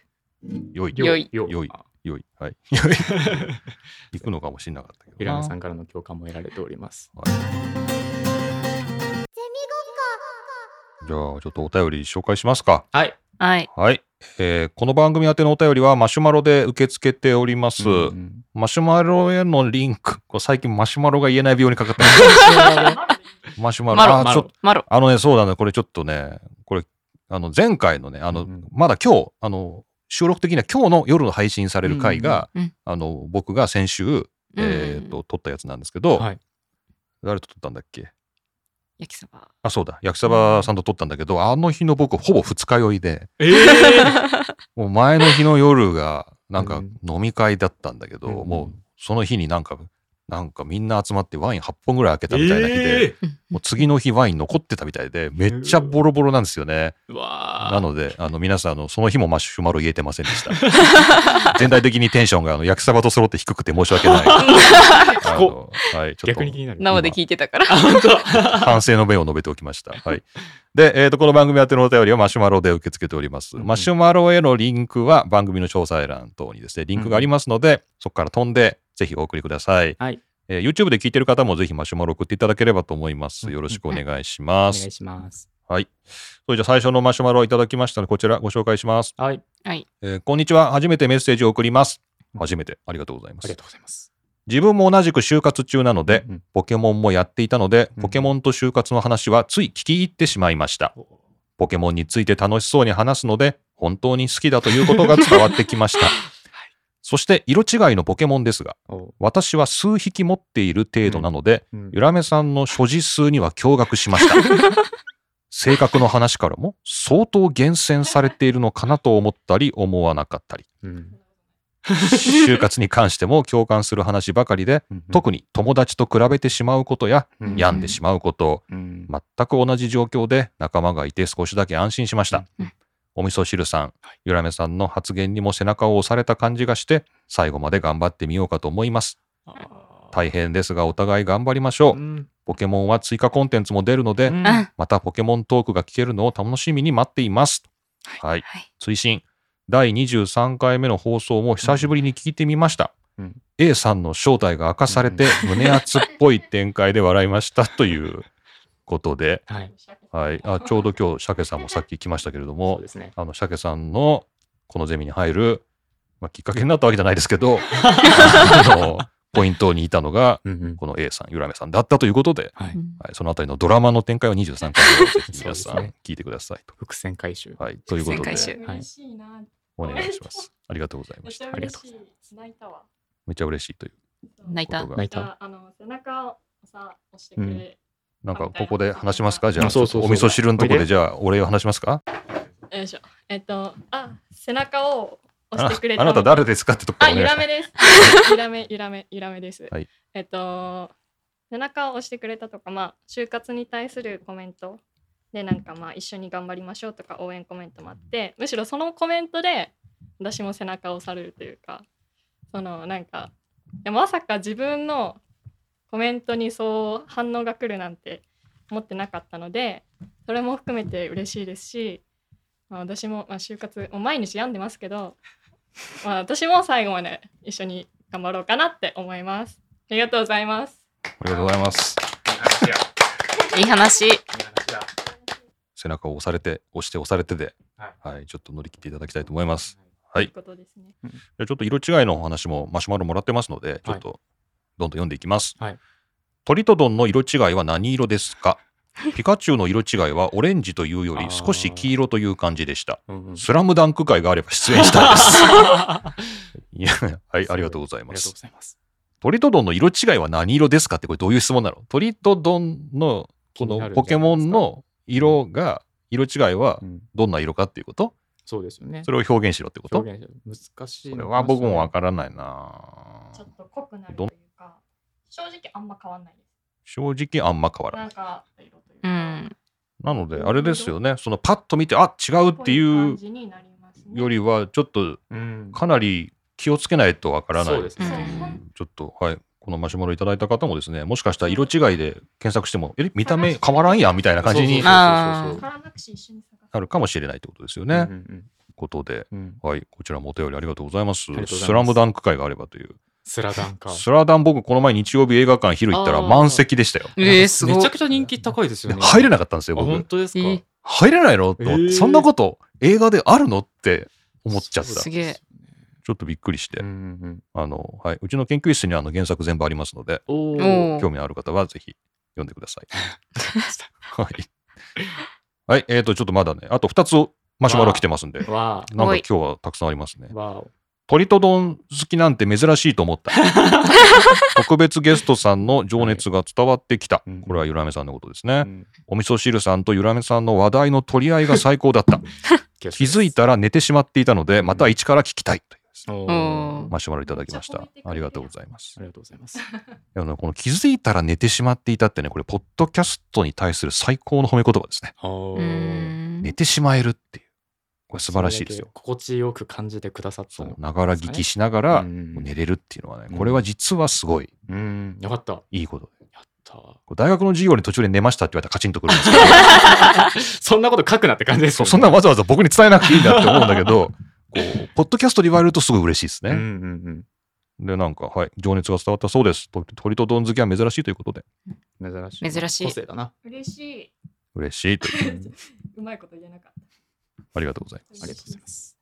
良い良いよ良いあ良いはい 良い行くのかもしれなかったけど平な野さんからの共感も得られております。じゃあちょっとお便り紹介しますかはい。はい、はい、えーこの番組宛てのお便りはマシュマロで受け付けております、うんマシュマロへのリンクこれ最近マシュマロが言えない病にかかって るマシュマロマロあーマちロょっとマロあのねそうだねこれちょっとねこれあの前回のねあの、うんうんまだ今日あの収録的には今日の夜の配信される回が、うんうんうんあの僕が先週、えー、と撮ったやつなんですけど、はい。誰と撮ったんだっけ焼きそば。あそうだ焼きそばさんと撮ったんだけどあの日の僕ほぼ二日酔いで。ええ。もう前の日の夜がなんかうん飲み会だったんだけど、うんもうその日になんかなんかみんな集まってワイン8本ぐらい開けたみたいな日で、えもう次の日ワイン残ってたみたいでめっちゃボロボロなんですよね、ー。わあ。なのであの皆さんあのその日もマシュマロ言えてませんでした全体的にテンションがあの焼きそばと揃って低くて申し訳 ないあのはい、ちょっと逆に気になる。生で聞いてたから。本当。 反省の弁を述べておきました。はい。で、えっ、と、この番組宛てのお便りをマシュマロで受け付けております。うんマシュマロへのリンクは番組の詳細欄等にですね、リンクがありますので、そこから飛んで、ぜひお送りください。はい。えー YouTube で聞いてる方もぜひマシュマロ送っていただければと思います。うんよろしくお願いしおま願すい。します。はい。それじゃあ最初のマシュマロをいただきましたので、こちらご紹介します。はい。はい、えーこんにちは。初めてメッセージを送ります。初めて。ありがとうございまありすが。とうございます。自分も同じく就活中なので、うんポケモンもやっていたので、うんポケモンと就活の話はつい聞き入ってしまいました。ポケモンについて楽しそうに話すので、本当に好きだということが伝わってきま した。そして色違いのポケモンですが、おう私は数匹持っている程度なので、うんゆらめさんの所持数には驚愕しま した。性格の話からも相当厳選されているのかなと思ったり思わなかったり、うん就活に関しても共感する話ばかりで、特に友達と比べてしまうことやうん病んでしまうことうん全く同じ状況で仲間がいて少しだけ安心しましたうんお味噌汁さんいゆらめさんの発言にも背中を押された感じがして最後まで頑張ってみようかと思いますあー大変ですがお互い頑張りましょううんポケモンは追加コンテンツも出るのでうんあまたポケモントークが聞けるのを楽しみに待っていますはいはい、追伸第23回目の放送も久しぶりに聞いてみました、うん A さんの正体が明かされて胸熱っぽい展開で笑いました ということで、はい。はい、あちょうど今日鮭さんもさっき来ましたけれどそうもですね。あの鮭さんのこのゼミに入る、まあ、きっかけになったわけじゃないですけ どあのポイントにいたのがうんうんこの A さんゆらめさんだったということで、はい。はい、そのあたりのドラマの展開を23回でぜひ皆さそうですんね聞いてくださいと。伏線回収。はい、ということ伏で線回収はい嬉しいな。お願いします。ありがとうございまめっしちた。ゃありが嬉とうしい。泣いたわ。めっちゃ嬉しいという泣いこたとが泣いたあの背中をさ押してくれ。なんかここで話しますかじゃああそうそうそうお味噌汁のとこでじゃあお礼を話しますかよいしょ。えっとあ背中を押あしてくれあなた誰ですかってとこあからおゆ願いしらますめ です。ゆらめゆらめゆらめです。はいえっと背中を押してくれたとかまあ就活に対するコメントでなんかまあ一緒に頑張りましょうとか応援コメントもあってむしろそのコメントで私も背中を押されるというかそのなんかいやまさか自分のコメントにそう反応が来るなんて思ってなかったのでそれも含めて嬉しいですし、まあ、私も、まあ、就活もう毎日病んでますけど、まあ、私も最後まで一緒に頑張ろうかなって思います。ありがとうございます。ありがとうございますいい話。背中を押されて押して押されてではいはいちょっと乗り切っていただきたいと思いますということですね。じゃあちょっと色違いのお話もマシュマロもらってますのでちょっとどんどん読んでいきます、はい鳥とドンの色違いは何色ですかピカチュウの色違いはオレンジというよありー少し黄色という感じでしたうんうんスラムダンク会があれば出演したいですいやはいありがとうございありまがとすうございます。鳥とドンの色違いは何色ですかってこれどういう質問なの鳥とドンのこ気になのるんじゃないですポかケモンの色が色違いはうんどんな色かっていうことそうですよね。それを表現しろってこと表現者難しいそのれかなは僕もわからないなちょっと濃くなるというか、正直あんま変わんないです。正直あんま変わらななんいか色といううか、ん。なのであれですよねそのパッと見てあ違うってこいう感じになりますねよりはちょっとうんかなり気をつけないとわからないそうですねうんちょっとはいこのマシュマロいただいた方もですねもしかしたら色違いで検索してもえ見た目変わらんやんみたいな感じにそうあーそうそうそうそう絡なくし一緒に探す。なるかもしれないってことですようんね。うんことで、うんうんはい、こちらもお便りありがとうございます。りがとうございますスラムダンク会があればという。スラダンか。スラダン僕この前日曜日映画館昼行ったらあー満席でしたよ。えー、すごめちいゃ。くちゃ人気高いですよでね。入れななかったんですよ、本僕。当ですか。え入れないのと思ってえーそんなこと映画であるのって思っちゃった。そうですちげえょっとびっくりしてう。んうんうんあの、はい、うちの研究室にはあの原作全部ありますので、おーお興味のある方はぜひ読んでくださ い。はい。はい、えっ、と、ちょっとまだね、あと2つマシュマロ来てますんで、わなんか今日はたくさんありますねー。わー鳥と丼好きなんて珍しいと思った。特別ゲストさんの情熱が伝わってきた。はいこれはゆらめさんのことですうね。んお味噌汁さんとゆらめさんの話題の取り合いが最高だった。気づいたら寝てしまっていたので、また一から聞きたいというですね。おおーーマシュマロいただきましめたっちゃ褒めてくれて。るありがとうございますあ。りがとうございます。いやこの気づいたら寝てしまっていたってね、これ、ポッドキャストに対する最高の褒め言葉ですね。おうーん寝てしまえるっていう。これ素晴らしいですよ。。心地よく感じてくださったそのう、。ながら聞きしながらうんうんうん寝れるっていうのはねう、んこれは実はすごいうん。よかった。やいいことで。ったこう大学の授業に途中で寝ましたって言われたらカチンとくるんです けー。そんなこと書くなって感じですど、よね。そんなわざわざ僕に伝えなくていいんだって思うんだけ ど、こう、ポッドキャストで言われるとすごい嬉しいですうんうね。んうん。で、なんか、はい、情熱が伝わったそうです。と鳥と丼好きは珍しいということで、珍しい。珍しい個性だな。嬉しい。嬉しいという。うまいこと言えなかっありがとうございます。た。ありがとうございます。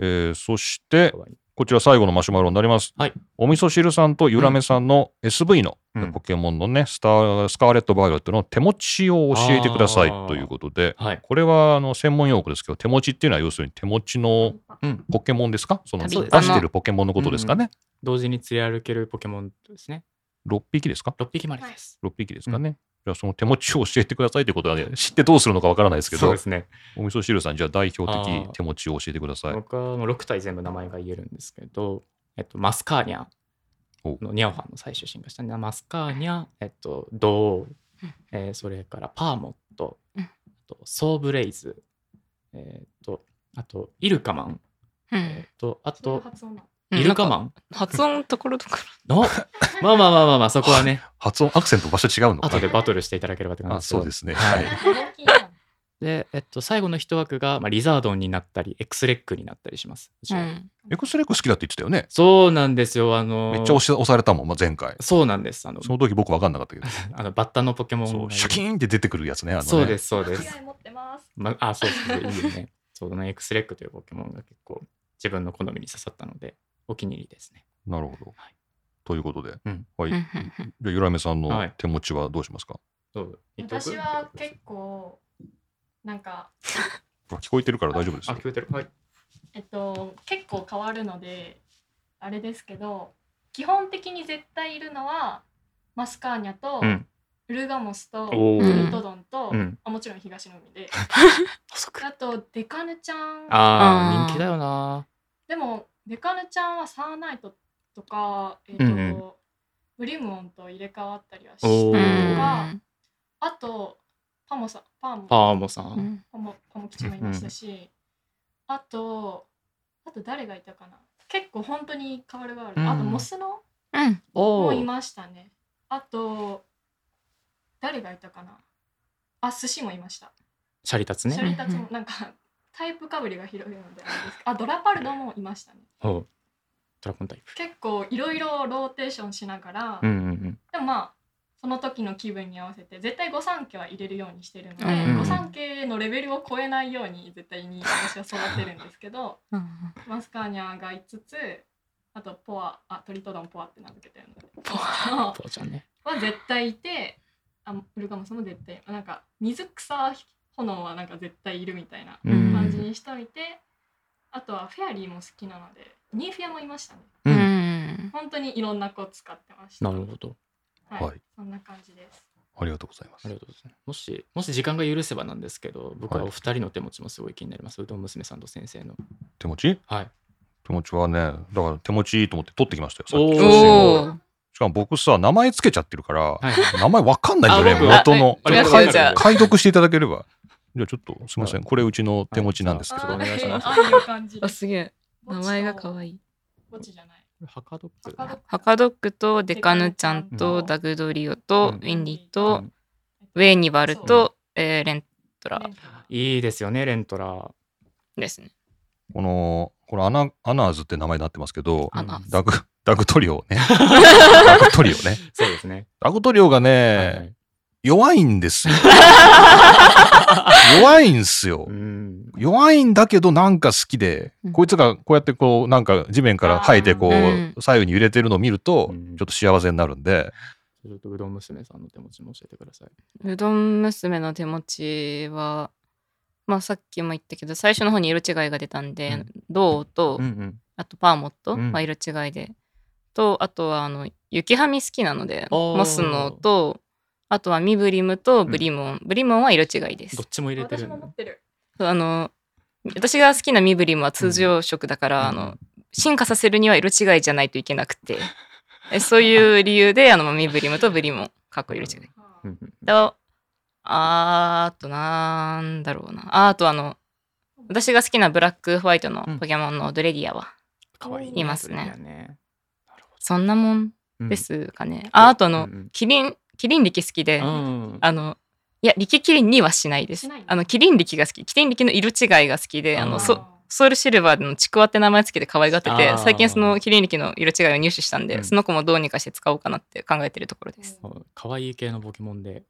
えーそしてかわいい、こちら最後のマシュマロになります。はいお味噌汁さんとゆらめさんの SV のうんポケモンのね、スター、スカーレット・バイオレットの手持ちを教えてくださいあーということで、はい。これはあの専門用語ですけど、手持ちっていうのは要するに手持ちのうん。ポケモンですかその出旅人のしてるポケモンのことですかね、同時に連れ歩けるポケモンですね。 6匹ですか6匹までです。 6匹ですかね、じゃあその手持ちを教えてくださいってことはね知ってどうするのかわからないですけそうどですね。お味噌汁さんじゃあ代表あ的ー手持ちを教えてください僕はもう6体全部名前が言えるんですけど、えっと、マスカーニャおのニャオハンの最終進化したねマスカーニャ、えっと、ドー、えーそれからパーモット、うんあとソーブレイズ、えっと、あとイルカマン、うんえっと、あそういうと発音なのうんイルカマン発音のところとかの、 まあまあまあまあまあ、そこ はね、発音アクセント場所違うのか後でバトルしていただければって感じあそうですねははいい大きいなで、えっと、最後の一枠が、まあ、リザードンになったり、エクスレックになったりします。うちはうんエクスレック好きだって言ってたよね。そうなんですよ。あのめっちゃ押し押されたもん、まあ、前回。そうなんです。あのその時僕分かんなかったけど。あのバッタのポケモンがいるそうシャキーンって出てくるやつね。あのねそうです、そうで間す違。い持ってます。まあ、そうそうそう、いいよね。そうだね、エクスレックというポケモンが結構自分の好みに刺さったので、お気に入りですね。なるほどはい。ということで、うんはい。うんうじんうんゃあ、ゆらめさんはのい手持ちはどうしますか、どう伊藤君私は結構なんかあ聞こえてるから大丈夫ですあ、よ聞こえてる。はい。えっと結構変わるのであれですけど基本的に絶対いるのはマスカーニャと、うん。ウルガモスとおプールトドンと、うんあもちろん東の 海で補足。あとデカヌちゃんあああ、ー人気だよな。でもデカヌちゃんはサーナイトとか、えーとうんうんブリムオンと入れ替わったりはしおたりとかうあとパモさんパンパーモさん。んパモパモ吉もいましたし、あとあと誰がいたかな結構本当に変わる変わる、うんあとモスのうんおもいーましたねあと誰がいたかなあ寿司もいましたシャリタツシャね。リたちもなんかタイプかぶりが広いのであれですけどあドラパルドもいましたねおうドラゴンタイプ。結構いろいろローテーションしながら、うんうんでもまあその時の気分に合わせて絶対御三家は入れるようにしてるので、うん御三家のレベルを超えないように絶対に私は育てるんですけどうんマスカーニャが5つあとポアあトリトドンポアって名付けてるのでポアうん。父ちゃんね。は絶対いてあウルガモスも絶対なんか水草炎はなんか絶対いるみたいなう感じん。にしといて、あとはフェアリーも好きなのでニーフィアもいましたねう。うんん本当にいろんな子使ってましたなるほど。はい、はいそんな感じですありがとうございまあすりがとうございます。もし、もし時間が許せばなんですけど、僕ははおい二人の手持ちもすごい気になります。うどん娘さんと先生の。手持ちはい。手持ちはねだから手持ちいいと思って取ってきましたよさっきおー写真をおーしかも僕さ名前つけちゃってるから、はい。名前わかんないんだよねあ元の僕ちょっとありがとうござい解ます解読していただければじゃあちょっとすみませんこれうちの手持ちなんですけちょど、っとお願いしますああいう感じあすげえ 名前が可いい愛い墓地じゃないはかどっつうの墓ハカドックとデカヌちゃんうとんダグドリオとうんウィンディうとんウェーニバルとえーレントラねいいですよね、レントラ。ですねこのこれアナアナーズって名前になってますけどあのダグダグトリ オねダグトリオねそうですね。ダグトリオがね、はいはい弱いん ですよ弱いんすようん。弱いんだけどなんか好きで、うんこいつがこうやってこうなんか地面から生えてこう、あー左右に揺れてるのを見るとうんちょっと幸せになるんで、ちょっとうどん娘さんの手持ちも教えてください。うどん娘の手持ちはまあさっきも言ったけど最初の方に色違いが出たんうでん銅とうんあとパーモットうんは色違いでとあとはあの雪はみ好きなのでおーモスのとあとはミブリムとブリモンブリモンは色違いでうん。すどっちも入れて私るも持の。ってるあの私が好きな身振りは通常色だから、うんあの進化させるには色違いじゃないといけなくて えそういう理由であの身振りもとブリもかっこ色違いあうんうんとあーとなんだろうなあとあの私が好きなブラックホワイトのポケモンのドレディアは、かわいい、いますねそれだよねなるほそんなもんど。で。すかね、ああとあの、うんうんキリンキリン力好きで、うん。あのいや力キリンにはしないでしすないのあのキリン力が好きキリン力の色違いが好きであのーそソウルシルバーのちくわって名前つけて可愛がってあーて最近そのキリン力の色違いを入手したんで、うんその子もどうにかして使おうかなって考えてるところです。かわいい系のポケモンで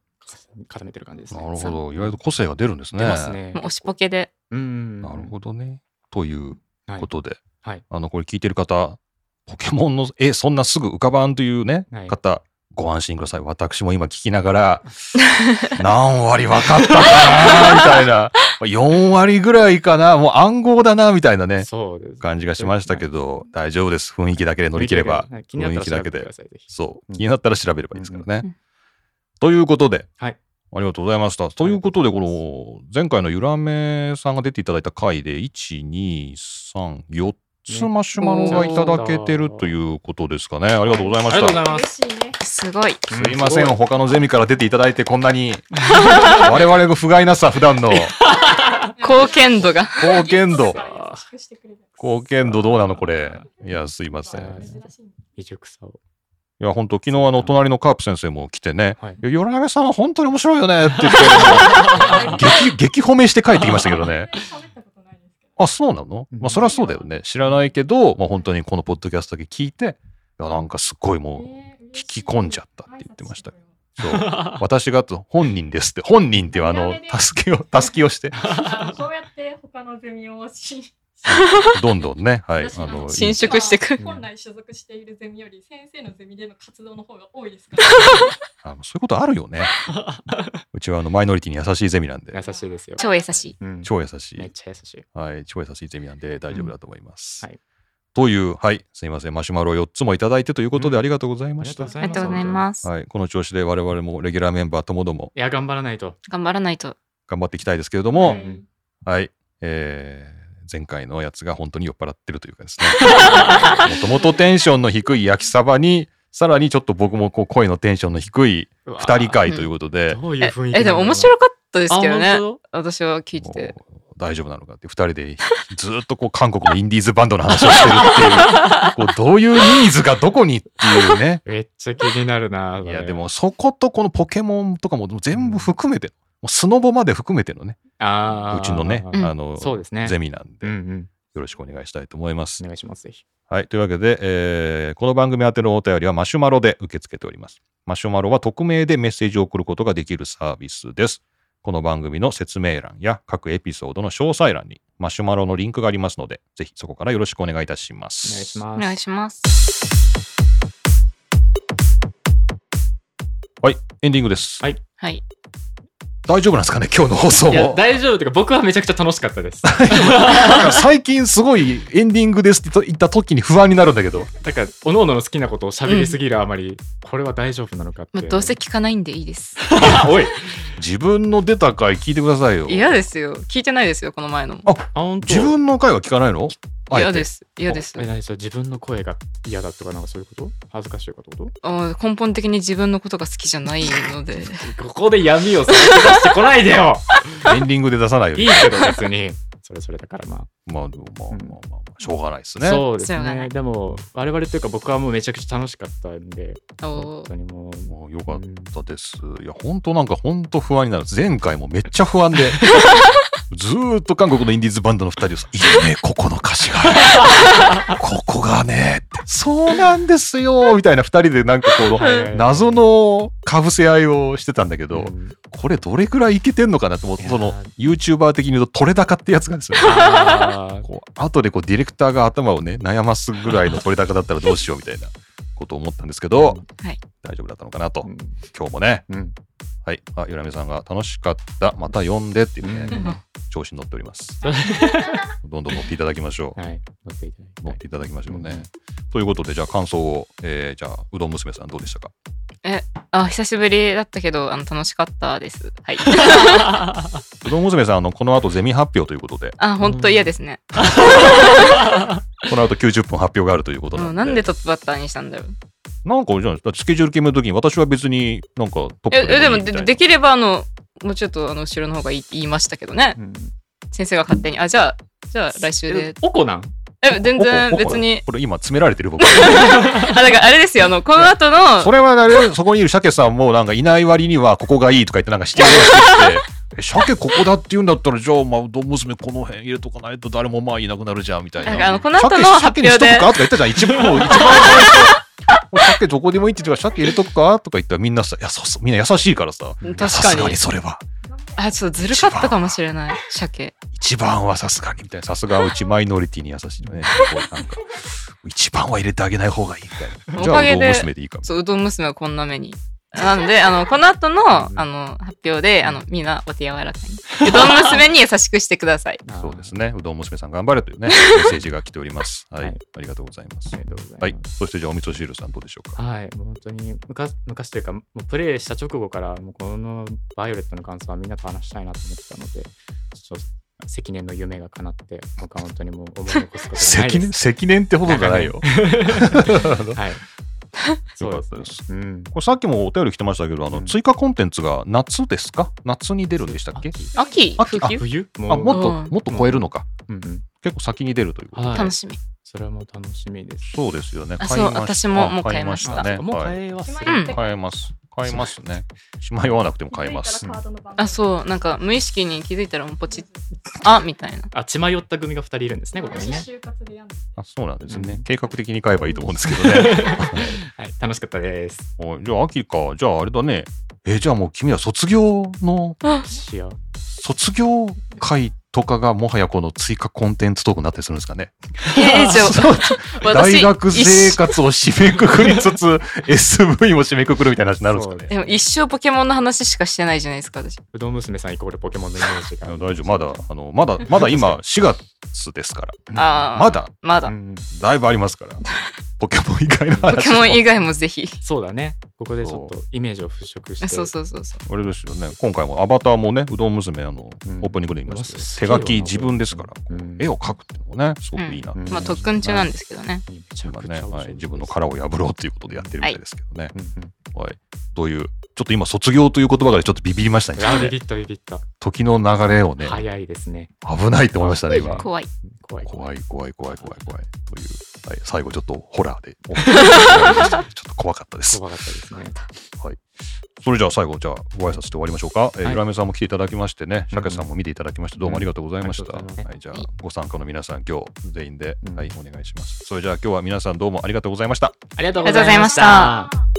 固めてる感じですね。なるほど意外と個性が出るんですね出ますね。もう推しポケでうん。なるほどねということで、はいあのこれ聞いてる方ポケモンの絵そんなすぐ浮かばんというね、はい方ご安心ください私も今聞きながら 何割分かったかなみたいなまあ4割ぐらいかなもう暗号だなみたいなねそうです。感じがしましたけど、大丈夫です。雰囲気だけで乗り切れば、はい気になったら調べ雰囲気だけてでください。ぜひそう、うん気になったら調べればいいですからね。うんということで、はいありがとうございました。ということで、この前回のゆらめさんが出ていただいた回で、1、2、3、4つマシュマロがいただけてるということですかね。ありがとうございましありがとうござた。います。嬉しいねすごいすいません、う他のゼミから出ていただいて、こんなに、我々の不甲斐なさ、普段の貢献度が貢献度。優しくしてくれる貢献度どうなのこれ。いや、すいません。珍しいね未熟さを。いや、本当昨日、あの、隣のカープ先生も来てね、はいいやよらよらさんは本当に面白いよ ねって言って、激、激褒めして帰ってきましたけどね。喋ったことないですけど。あ、 そうなのまあ、そりゃそうだよね。知らないけど、まあ、本当にこのポッドキャストだけ聞いて、いや、なんかすごいもえー聞き込んじゃったって言ってました。 嬉しいう、 そう、私がと、本人ですって、本人っていうあの、たすきを、たすきをして、あこうやって他のゼミをし、どんどんね、はい、私あ の、新種縮していく今本来所属しているゼミより先生のゼミでの活動の方が多いですから。あのそういうことあるよね。うちはあのマイノリティに優しいゼミなんで、 優しいですよ。超優しい。うん超優しめっい、ちゃ優しい。はい、超優しいゼミなんで大丈夫だと思います。うんはいという、はい、すいません、マシュマロ4つもいただいてということでうんありがとうございました。ありがとうございます。はい、この調子で我々もレギュラーメンバーともどもいや、頑張らないと。頑張らないと。頑張っていきたいですけれども、ははいい、えー前回のやつが本当に酔っ払ってるというかですね。もともとテンションの低い焼きサバに、さらにちょっと僕もこう声のテンションの低い2人か会ということで、どういうえ雰囲気え、でも面白かったでですけどね。私は聞いてて。もう大丈夫なのかって2人でずーっとこう韓国のインディーズバンドの話をしてるっていうこうどういうニーズがどこにっていう ねめっちゃ気になるな。いそやれで、もそことこのポケモンとかも全部含めてもうスノボまで含めてのねあーうちのね、うんあのそうですね。ゼミなんでうんうよん。ろしくお願いしたいと思いますお。願いします、ぜひ。はい。というわけで、えーこの番組宛てのお便りはマシュマロで受け付けております。マシュマロは匿名でメッセージを送ることができるサービスです。この番組の説明欄や各エピソードの詳細欄にマシュマロのリンクがありますので、ぜひそこからよろしくお願いいたします。お願いしおます。願いします。エンディングです。はいはい。大丈夫なんですかね今日の放送いや、も。大丈夫というか、僕はめちゃくちゃ楽しかったです。なんか最近すごいエンディングですって言った時に不安になるんだけど。なんか、おのおのの好きなことを喋りすぎるあまり、これは大丈夫なのかって。もうどうせ聞かないんでいいです。あおい。自分の出た回聞いてくださいよ。嫌ですよ。聞いてないですよ、この前のも。あ、本当自分の回は聞かないのあえて嫌です。嫌です。え、何それ自分の声が嫌だとか、なんかそういうこと恥ずかしいことこあー根本的に自分のことが好きじゃない ので。と ここで闇をさらけ出してこないでよエンディングで出さないよう に。いいけど、別に。それそれだから、ままあ、でもまあまあまあまあ、しょうがないですあ。ね。そうですしょうがなね。いでも、我々というか、僕はもうめちゃくちゃ楽しかったんで、お本当ーにもう。もうよかったです。いや、本当なんか本当不安になる。前回もめっちゃ不安で。 ずーっと韓国のインディーズバンドの二人をさ、いいね、ここの歌 詞がね。ここがね、ってそうなんですよ、みたいな二人でなんかこはいはいはのい謎のかぶせ合いをしてたんだけど、うんこれどれくらいいけてんのかなと思って、いやそーの YouTuber 的に言うと取れ高ってやつがですね。 あーこう後でこうディレクターが頭をね悩ますぐらいの取れ高だったらどうしようみた いなことを思ったんですけど、はい大丈夫だったのかなと、うん今日もねうんはいあゆらめさんが楽しかったまた呼んでっていう ね、うん調子に乗っておりますどんどん乗っていただきましょう、はい。乗っていただきた乗っいていただきましょうね、うんということでじゃあ感想を、えーじゃあうどん娘さんどうでしたかあ、久しぶりだったけど、あの、楽しかったです。はい。 うどん娘さんあのこの後ゼミ発表ということであ、本当嫌ですね。この後90分発表があるということもうななんんででトップバッターにしたんだろう。なんかあれじゃないですかだってスケジュール決めるときに私は別になんかトップえ、えでもいいみたいなで、できれば、あの、もうちょっと、あの、後ろの方がいいって言いましたけどね。うん先生が勝手に。あ、じゃあ、じゃあ来週えで。おこなんえ、全然おこおこ別に。これ今詰められて る僕あ、だからあれですよ、あの、この後のそ、れはあれ、そこにいる鮭さんもなんかいない割にはここがいいとか言ってなんかしてる してきて、え鮭ここだって言うんだったらじゃあまあうどん娘この辺入れとかないと誰もまあいなくなるじゃんみ たいな。なんかあのこの後の鮭 発表で鮭にしとくかとか言ったじゃん。一番もう一番最初。もう鮭どこでもいいって言ってたから鮭入れとくかとか言ったらみんなさ、いやそうそうみんな優しいからさ。確さかすがにに。それはあ、ちょっとずるかったかもしれない。鮭。一番はさすがにみたいな さすがはうちマイノリティに優しいのねこうなんか一番は入れてあげない方がいいみたいなおじゃあかうげでどん娘でいいかみたいそう、うどん娘はこんな目に。なんで、あの、この後の、あの、発表で、あの、みんなお手柔らかに。うどん娘に優しくしてください。なそうです。ねうどん娘さん頑張れというねメッセージが来ておりますははいいありがとうございますありがとうございます。はい。そしてじゃあ、お味噌汁さんどうでしょうか。はい、もう本当に昔昔というか、もうプレイした直後から、もうこのバイオレットの感想はみんなと話したいなと思ってたので、ちょっと積年の夢が叶って、僕は本当にもう思い残すことがない積で年、す。積年ってほどじゃないよ。 はい。よかったそでうですすね。うん。これさっきもお便り来てましたけど、あの、うん追加コンテンツが夏ですか夏に出るんでしたっけ秋秋復あ旧冬もあ、もっとう、んもっと超えるのか。うんうん結構先に出るということはい楽しみ。それも楽しみです。そうですよね。あ買いましたそう私ももう買いましあそたうねか。もうはい買えます。うん買えます。買えますね。しまいわなくても買えます。気づいたらカードの番号あそうなんか無意識に気づいたらもうポチッあみ たいなあ、血迷った組が2人いるんですね、ここに私ね。就活でやんのあ、そうなんですうねん。計画的に買えばいいと思うんですけどね。はい、楽しかっ たです。おいじゃあ、秋か。じゃあ、あれだね。えーじゃあもう君は卒業の、しよう。卒業会とかがもはやこの追加コンテンツトークになったりするんですかね。えー、じゃあ私大学生一活を締めくくりつつ、SV も締めくくるみたいな話になるんですかね。そうでも一生ポケモンの話しかしてないじゃないですか私うどん娘さんイコールポケモンのイメージいが。や大丈夫。まだ、あの、まだ、まだ今、4月ですから。あーまだ、まうだんだいぶありますから。ポケモン以外の話も。ポケモン以外も ぜひそうだね。ここでちょっとイメージを払拭して。そうそうそうそうあれですよね。今回もアバターもね、うどん娘、あの、うんオープニングで言いましたけど、す手ごいよ書なき自分ですから、うん絵を描くっていうのもね、すごくいいな。うんまあ特訓中なんですけどねめちゃまあくちねゃ面白いはい、です自分の殻を破ろうということでやってるみたいですけどね。うんうんはい。という、ちょっと今、卒業という言葉がちょっとビビりましたね。あービビったビビった。時の流れをね、早いですね。危ないと思いましたね、今。怖い怖い。怖い怖い怖い怖い怖いという、はい、最後ちょっとホラ ーで終わりましたちょっと怖かったです怖かったですね。それじゃあ最後じゃあご挨拶して終わりましょうか、えーはい浦目さんも来ていただきましてね鮭さんも見ていただきましてどうもありがとうございました、うんありがとうございまはい、じゃあご参加の皆さん今日全員で、うんはいお願いしますそれじゃあ今日は皆さんどうもありがとうございましたありがとうありがとうございましたあー